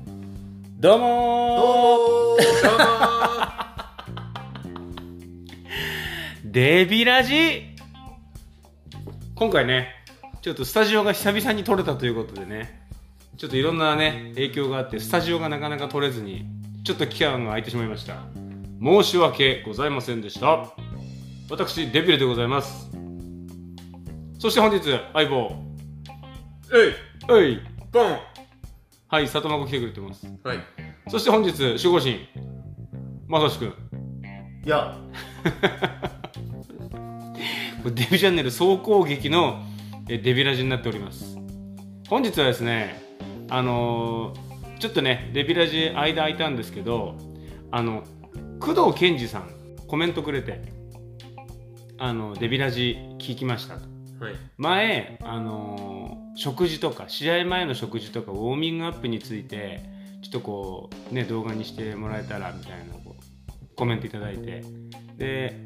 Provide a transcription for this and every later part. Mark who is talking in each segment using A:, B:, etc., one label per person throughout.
A: どうもー
B: どうもーどうもー
A: デビラジ今回ねちょっとスタジオが久々に撮れたということでねちょっといろんなね影響があってスタジオがなかなか撮れずにちょっと期間が空いてしまいました申し訳ございませんでした私デビルでございますそして本日相棒
B: えい
A: はい
B: ポン
A: はい里孫来てくれてます
B: はい
A: そして本日守護神まさしくん
B: いや
A: これデビチャンネル総攻撃のえーデビラジになっております本日はですねあのーちょっとねデビラジ間空いたんですけどあの工藤健二さんコメントくれてあのデビラジ聞きましたと
B: はい
A: 前あのー食事とか試合前の食事とかウォーミングアップについてちょっとこうね動画にしてもらえたらみたいなこうコメントいただいてで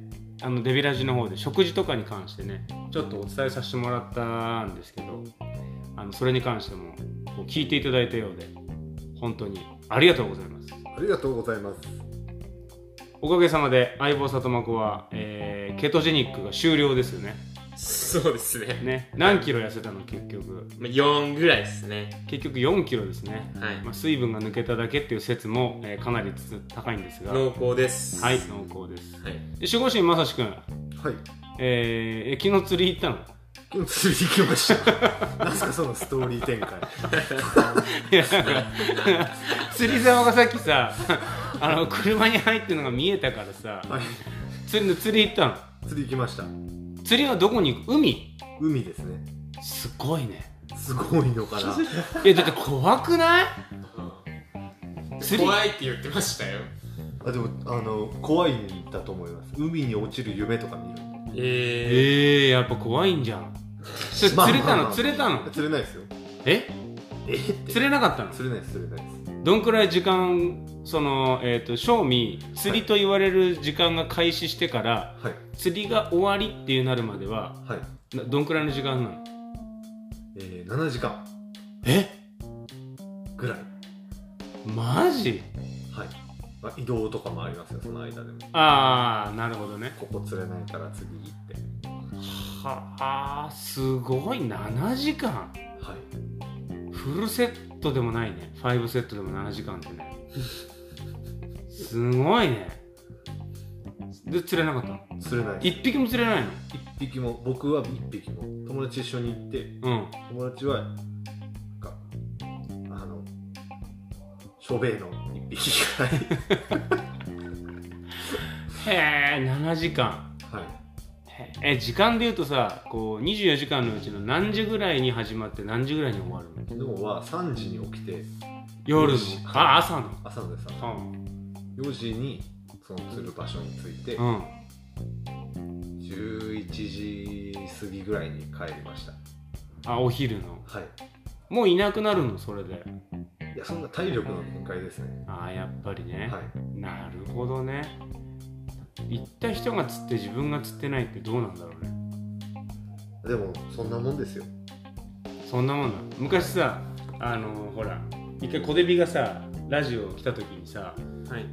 A: あのデビラジの方で食事とかに関してねちょっとお伝えさせてもらったんですけどあのそれに関してもこう聞いていただいたようで本当にありがとうございます
B: ありがとうございます
A: おかげさまで相棒里真子は、えーケトジェニックが終了ですよね
C: そうですね。
A: ね何キロ痩せたの結局
C: まあ、4ぐらいですね。
A: 結局4キロですね
C: はい
A: ま。あ、水分が抜けただけっていう説も、えーかなりつ高いんですが、はい、
C: 濃厚です。
A: 濃厚です。
C: はい。
A: で守護神まさしくん、
B: はい
A: えー、昨日釣り行ったの
B: 今釣り行きましたなんすかそのストーリー 展開
A: いやなんか釣り竿がさっきさ、 あの車に入ってるのが見えたからさ、
B: はい
A: 釣り釣り行ったの。
B: 釣り行きました
A: 釣りはどこに行く海
B: 海ですね
A: すごいね。
B: すごいのか な
A: え、だって怖くない釣り
C: 怖いって言ってましたよ。
B: あでもあの怖いんだと思います海に落ちる夢とか見る
A: えー、
C: え
A: やっぱ怖いんじゃん。それ釣れた
B: まあまあま
A: の
B: あ
A: 釣れたの
B: 釣れないですよ
A: え
B: えって
A: 釣れなかったの
B: 釣れないです釣れないです
A: どんくらい時間そのえっ、と正味釣りと言われる時間が開始してから、
B: はい
A: 釣りが終わりっていうなるまでは
B: はい
A: などんくらいの時間なの
B: えー、7時間
A: え
B: ぐらい
A: マジ
B: はい、まあ、移動とかもありますよその間でも
A: ああなるほどね
B: ここ釣れないから次行って
A: はあすごい7時間
B: はい
A: フルセットでもないね5セットでも7時間ってねすごいねで釣れなかったの
B: 釣れない
A: 1匹も釣れないの
B: 一匹も僕は一匹も友達一緒に行って
A: うん
B: 友達はなんかあのショベーの一匹ぐら い
A: へえ7時間
B: はい
A: え時間で言うとさこう24時間のうちの何時ぐらいに始まって何時ぐらいに終わるの
B: 脳は3時に起きて
A: 夜の
B: よし
A: あ朝の
B: 朝のさ
A: うん
B: 4時にその釣る場所に着いて
A: うん
B: 11時過ぎぐらいに帰りました
A: あお昼の
B: はい
A: もういなくなるのそれで
B: いやそんな体力の限界ですね
A: あやっぱりね、
B: はい
A: なるほどね行った人が釣って自分が釣ってないってどうなんだろうね
B: でもそんなもんですよ
A: そんなもんだ昔さあのほら一回小デビがさラジオ来た時にさ
C: ー、はい。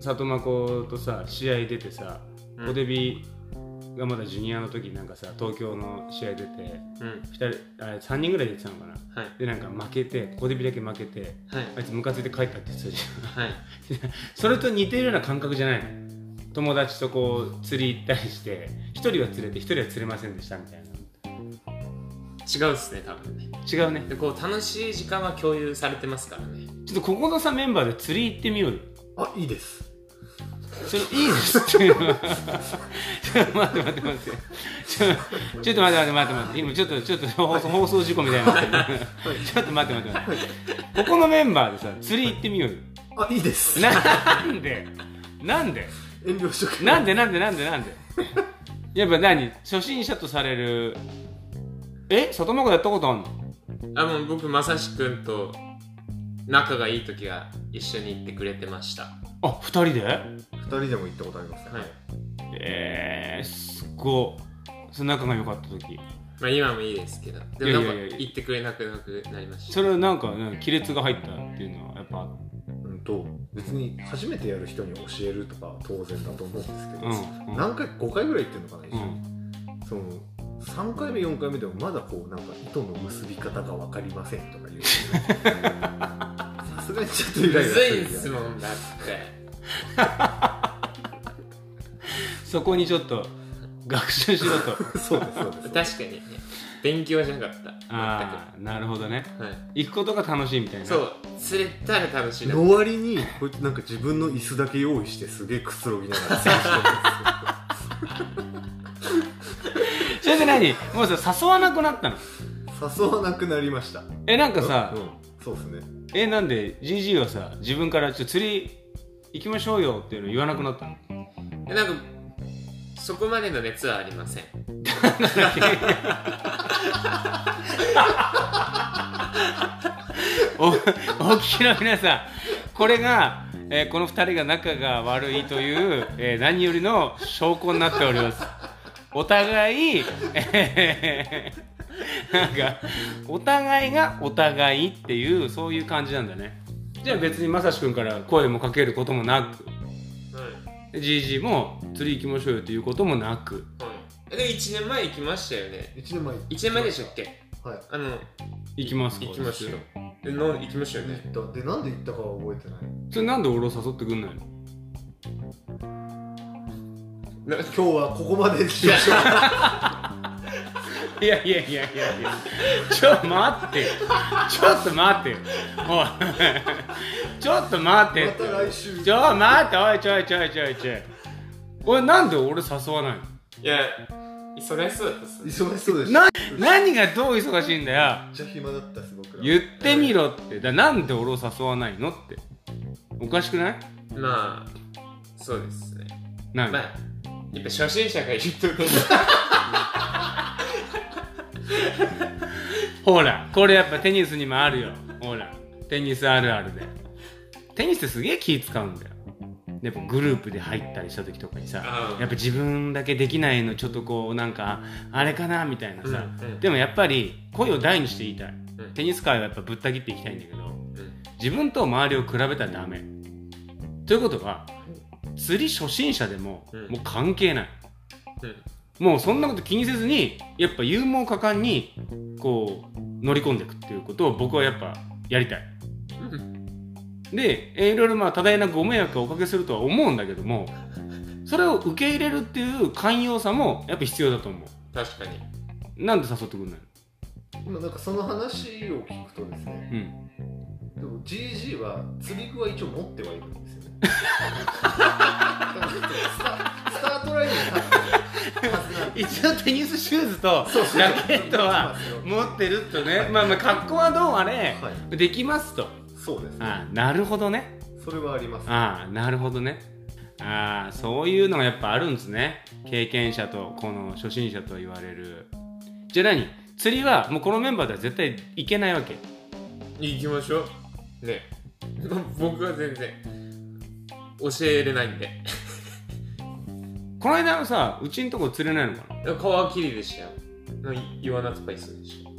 A: 里真子とさ試合出てさ
C: うん
A: 小デビがまだジュニアの時なんかさ東京の試合出て
C: うん。
A: 二人あれ3人ぐらいで行ってたのかな
C: はい。
A: でなんか負けて小デビだけ負けて
C: はい。
A: あいつムカついて帰ったって言ってたじゃん
C: はい。
A: それと似てるような感覚じゃないの友達とこう釣り行ったりして一人は釣れて一人は釣れませんでしたみたいな
C: 違うっすね、多分ね。
A: 違うね
C: で、こう、楽しい時間は共有されてますからね。
A: ちょっとここのさメンバーで釣り行ってみようよ
B: あいいです
A: それいいですっていうの はちょっと待って待って待ってちょちょっと待って待って待って待って今ちょっとちょっと放送放送事故みたいになってるちょっと待って待って待ってここのメンバーでさ釣り行ってみようよ
B: あいいです
A: なんでなんで
B: 遠慮しとく
A: なんでなんでなんでなんでやっぱ何初心者とされるえ里孫やったことあんの
C: あ、もう僕、まさしくんと仲がいい時は一緒に行ってくれてました。
A: あ二人で
B: 2人でも行ったことありますね
C: はい。
A: えー、すっごいその仲が良かった時
C: まあ、今もいいですけど。
A: い
C: で
A: や
C: も、
A: いや
C: ない
A: や
C: んか、行ってくれなくなりました。
A: それはなんか、ね、亀裂が入ったっていうのはやっぱ
B: うん、と別に初めてやる人に教えるとかは当然だと思うんですけど、
A: うん
B: 何回5回ぐらい行ってるのかな一
A: う
B: 緒に、
A: ん
B: その3回目4回目でもまだこうなんか糸の結び方が分かりませんとか 言うさすがにちょっとイ
C: む
B: ライラ
C: ず
B: す
C: い
B: る
C: んす
B: ん
C: もんだって
A: そこにちょっと学習しろと
B: そうですそうです
C: 確かにね勉強じゃなかった
A: ああなるほどね
C: 全く、はい、
A: 行くことが楽しいみたいな
C: そう釣れたら楽しいな
B: の割にこいつなんか自分の椅子だけ用意してすげえくつろぎながら
A: それで何もうさ誘わなくなったの
B: 誘わなくなりました
A: えなんかさ、
B: うん、そうですね
A: えなんで GG はさ自分からちょっと釣り行きましょうよっていうの言わなくなったの
C: なんかそこまでの熱はありません
A: お お聞きの皆さんこれが、えーこの2人が仲が悪いという、えー何よりの証拠になっておりますお互い、えーなんかお互いがお互いっていうそういう感じなんだねじゃあ別にまさしくんから声もかけることもなく
C: は
A: で
C: い
A: GG も釣り行きましょうよということもなく
C: はいで1年前行きましたよね
B: 1年前
C: 1年前でしたっけ
B: はい
C: あの
A: 行きますか
C: 行きましたよでの行きましたよね
B: 行ったでなんで行ったかは覚えてない
A: それなんで俺を誘ってくんないの
C: な
B: 今日はここまでにしましょう
A: いやいやいやいやいやちょっと待ってよちょっと待ってよおいちょっと待って
B: また来週
A: ちょ待っておいちょいちょいちょいちょいこれなんで俺誘わない
C: いや忙しそうだったっす
B: 忙しそうで
A: の
B: した
A: な何がどう忙しいんだよ
B: めっちゃ暇だったすごく
A: 言ってみろってだなんで俺を誘わないのっておかしくない
C: まあそうですね
A: 何、
C: まあやっぱ初心者が言うとね
A: ほらこれやっぱテニスにもあるよほらテニスあるあるでテニスってすげえ気使うんだよでもグループで入ったりした時とかにさ
C: ああ
A: やっぱ自分だけできないのちょっとこうなんかあれかなみたいなさ、
C: うんうん
A: でもやっぱり声を大にして言いたい、
C: うん
A: テニス界はやっぱぶった切っていきたいんだけど
C: うん
A: 自分と周りを比べたらダメということは釣り初心者でも、
C: うん
A: もう関係ない
C: うん
A: もうそんなこと気にせずにやっぱ勇猛果敢にこう乗り込んでいくっていうことを僕はやっぱやりたい
C: うん
A: でえーいろいろまあ多大なご迷惑をおかけするとは思うんだけどもそれを受け入れるっていう寛容さもやっぱ必要だと思
C: 確かに
A: うなんで誘ってくんない
B: 今なんかその話を聞くとですね
A: のうん
B: でも GG は釣り具は一応持ってはいるんですよね だからちょっとスタスタートラインに立ってるはずなんで
A: 一応テニスシューズと
B: そう
A: ジャケットは持ってるとねまあまあ格好はどうあれ
B: はい
A: できますと
B: そうですね
A: ああなるほどね
B: それはあります
A: ああなるほどねああそういうのがやっぱあるんですね経験者とこの初心者と言われるじゃあ何釣りはもうこのメンバーでは絶対行けないわけ
C: 行きましょうね 僕は全然教えれないんで
A: この間のさうちんとこ釣れないのかな
C: 皮切りでしたよのイワナとかいそうでした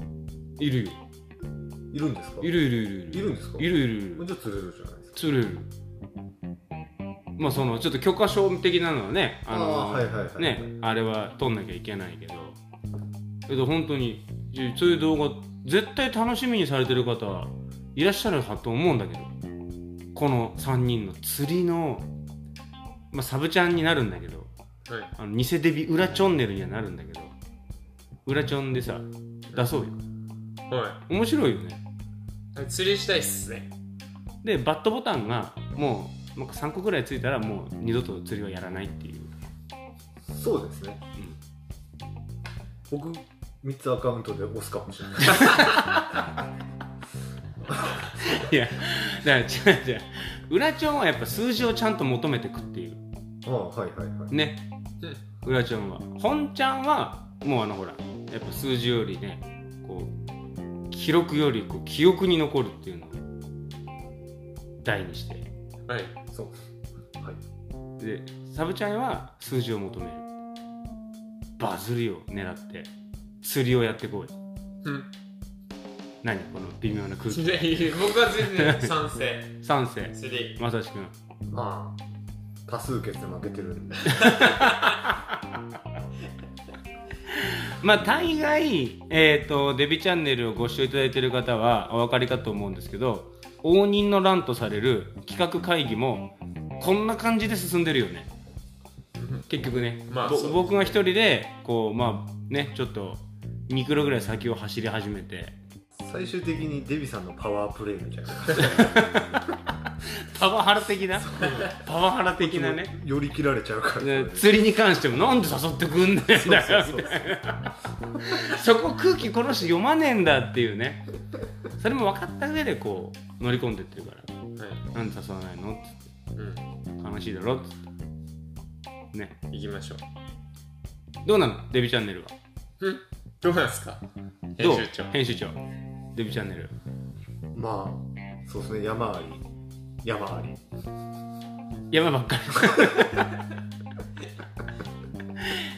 A: いるよ
B: いるんですか
A: いるいるいる
B: いるんですか
A: いるいるい
B: もう
A: る
B: ちょっと釣れるじゃないですか
A: 釣れるまあそのちょっと許可証的なのはねあの
B: あーはいはいはい
A: ねあれは取んなきゃいけないけどけど本当にそういう動画絶対楽しみにされてる方いらっしゃるかと思うんだけどこの3人の釣りの、まあ、サブチャンになるんだけど
C: はい
A: あの偽デビ裏チョンネルにはなるんだけど裏チョンでさ出そうよ
C: は
A: 面白いよね
C: い釣りしたいっすね
A: でバットボタンがもうなんか3個ぐらいついたらもう二度と釣りはやらないっていう、
B: そうですね
A: うん
B: 僕3つアカウントで押すかもし れない
A: いやだから違う違う裏チョンはやっぱ数字をちゃんと求めてくっていう
B: ああはいはいはい
A: ね
C: うん
A: 裏ちゃんは本ちゃんはもうあのほらやっぱ数字よりねこう記録よりこう記憶に残るっていうのを題にして
C: はい
B: そうはい
A: でサブちゃんは数字を求めるバズりを狙って釣りをやってこい
C: うん
A: 何この微妙な空
C: い
A: 気
C: やいや僕は全然賛成
A: 賛成
C: それでいい
A: まさしくん
B: まあ多数決で負けてる んで
A: まあ大概、えー、とデビチャンネルをご視聴いただいている方はお分かりかと思うんですけど応仁の乱とされる企画会議もこんな感じで進んでるよね結局ね、
C: まあ
A: ぼ
C: そう
A: 僕が一人でこうまあねちょっと2キロぐらい先を走り始めて
B: 最終的にデビさんのパワープレイみたいな
A: パワハラ的なパワハラ的なね
B: 寄り切られちゃう から
A: ね釣りに関してもなんで誘ってくんねんだよみたいな そこ空気この人読まねえんだっていうねそれも分かった上でこう乗り込んでってるから
C: はい
A: なんで誘わないのっつ
C: うん
A: って悲しいだろっつってね
C: 行きましょ
A: どうなのデビチャンネルは
C: ううんどうなんですか編
A: どう
C: 集長
A: 編集長デビチャンネル
B: まあそうですね山あり山あり
A: 山ばっかり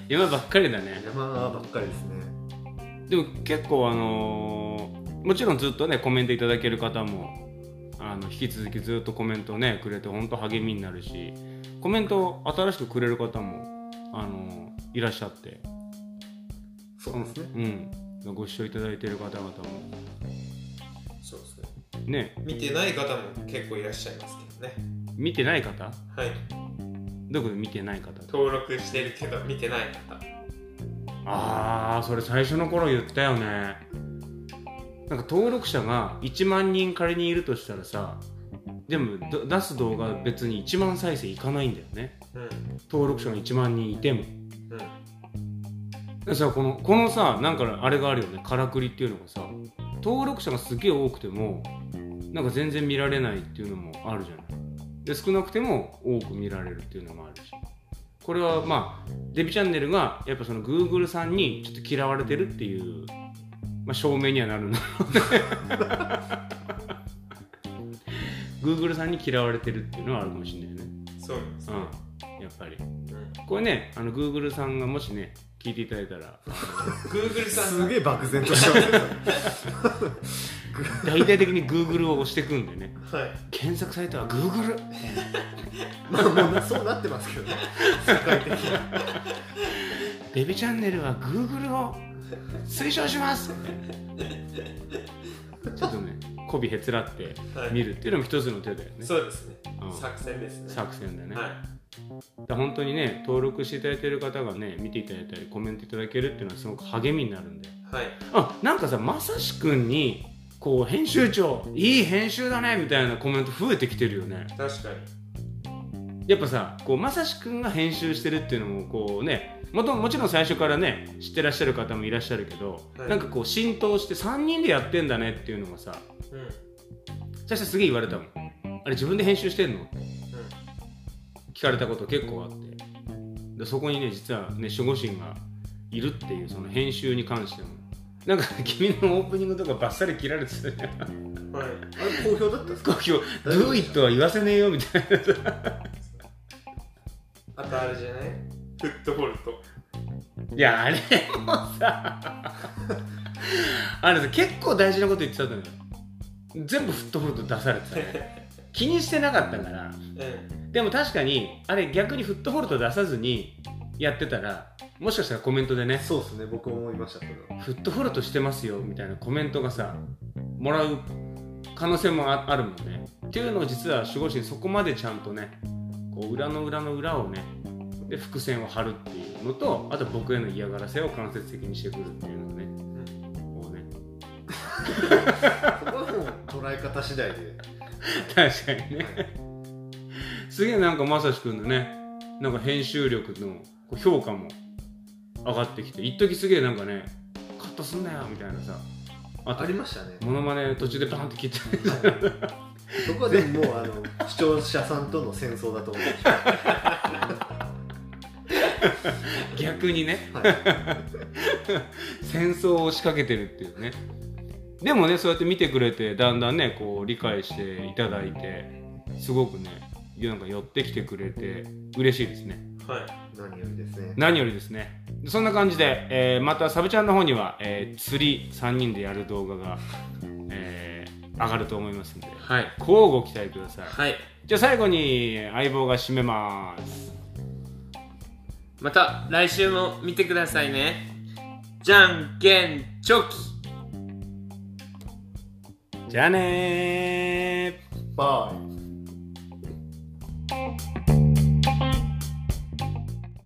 A: 山ばっかりだね
B: 山ばっかりですね
A: でも結構あのーもちろんずっとねコメントいただける方もあの引き続きずっとコメントねくれて本当励みになるしコメントを新しくくれる方もあのーいらっしゃって、
B: そうですね
A: うん、ご視聴いただいてる方々も
C: そうですね
A: ね
C: 見てない方も結構いらっしゃいますけどね
A: 見てない方
C: はい
A: どこで見てない方
C: 登録してるけど見てない方
A: ああそれ最初の頃言ったよねなんか登録者が1万人仮にいるとしたらさでもど出す動画別に1万再生いかないんだよね
C: うん
A: 登録者が1万人いても
C: うん
A: でさこのこのさなんかあれがあるよねからくりっていうのがさ登録者がすげえ多くてもなんか全然見られないっていうのもあるじゃないで少なくても多く見られるっていうのもあるしこれはまあデビチャンネルがやっぱその Google さんにちょっと嫌われてるっていう、まあ、証明にはなる んだろうね Google さんに嫌われてるっていうのはあるかもしれないよね
C: そうな んですね
A: うんやっぱり
C: うん
A: これね、あの Google さんがもしね、聞いていただいたら、
C: Google さん
B: す
C: が
B: げえ漠然としてます
A: 大々的に Google を押してくんでね、
C: はい
A: 検索サイトは Google!
B: まあもうなそうなってますけどね世界的に
A: デビチャンネルは Google を推奨しますちょっとね、媚びへつらって
C: はい
A: 見るっていうのも一つの手だよね。
C: そうですね、
A: うん
C: 作戦ですね
A: 作戦だよね。
C: はい
A: だから本当にね、登録していただいてる方がね、見ていただいたり、コメントいただけるっていうのはすごく励みになるんで。
C: はい
A: あなんかさまさしくんにこう編集長いい編集だねみたいなコメント増えてきてるよね
C: 確かに
A: やっぱさこうまさしくんが編集してるっていうのもこうねもともちろん最初からね知ってらっしゃる方もいらっしゃるけど、
C: はい
A: なんかこう浸透して3人でやってんだねっていうのがさ
C: うんうん
A: 最初すげえ言われたもんあれ自分で編集してんの聞かれたこと結構あってでそこにね実はね守護神がいるっていうその編集に関してもなんか 君のオープニングとかバッサリ切られてたじゃん
C: はい
B: あれ好評だったんです
A: 好
B: か
A: 評「Do it」は言わせねえよみたいな
C: あとあれじゃないフットボールと
A: いやあれもさ あれさ結構大事なこと言ってたのよ全部フットボールと出されてたね気にしてなかったから
C: うん
A: でも確かにあれ逆にフットボールと出さずにやってたらもしかしたらコメントでね
B: そうですね僕も思いましたけど
A: フットフルトしてますよみたいなコメントがさもらう可能性もああるもんね。っていうのを実は守護神そこまでちゃんとねこう裏の裏の裏をねで伏線を張るっていうのとあと僕への嫌がらせを間接的にしてくるっていうのをねこうね
B: そこはもう捉え方次第で
A: 確かにねすげえなんかまさしくんのねなんか編集力のこう評価も上がってきて一時すげえなんかねカットすんなよみたいなさあ
B: あ
A: と
B: りましたね
A: モノマネ途中でバンって切って
B: そこはでももうあの視聴者さんとの戦争だと思って、は
A: 逆にね
B: い、
A: 戦争を仕掛けてるっていうねでもねそうやって見てくれてだんだんねこう理解していただいてすごくねなんか寄ってきてくれて嬉しいですね
C: はい
B: 何よりですね
A: 何よりですねそんな感じで、えーまたサブちゃんの方には、えー釣り3人でやる動画が、えー上がると思いますんで
C: はい
A: 乞うご期待ください
C: はい
A: じゃあ最後に相棒が締めます
C: また来週も見てくださいねじゃんけんチョキ
A: じゃあねー
B: バイ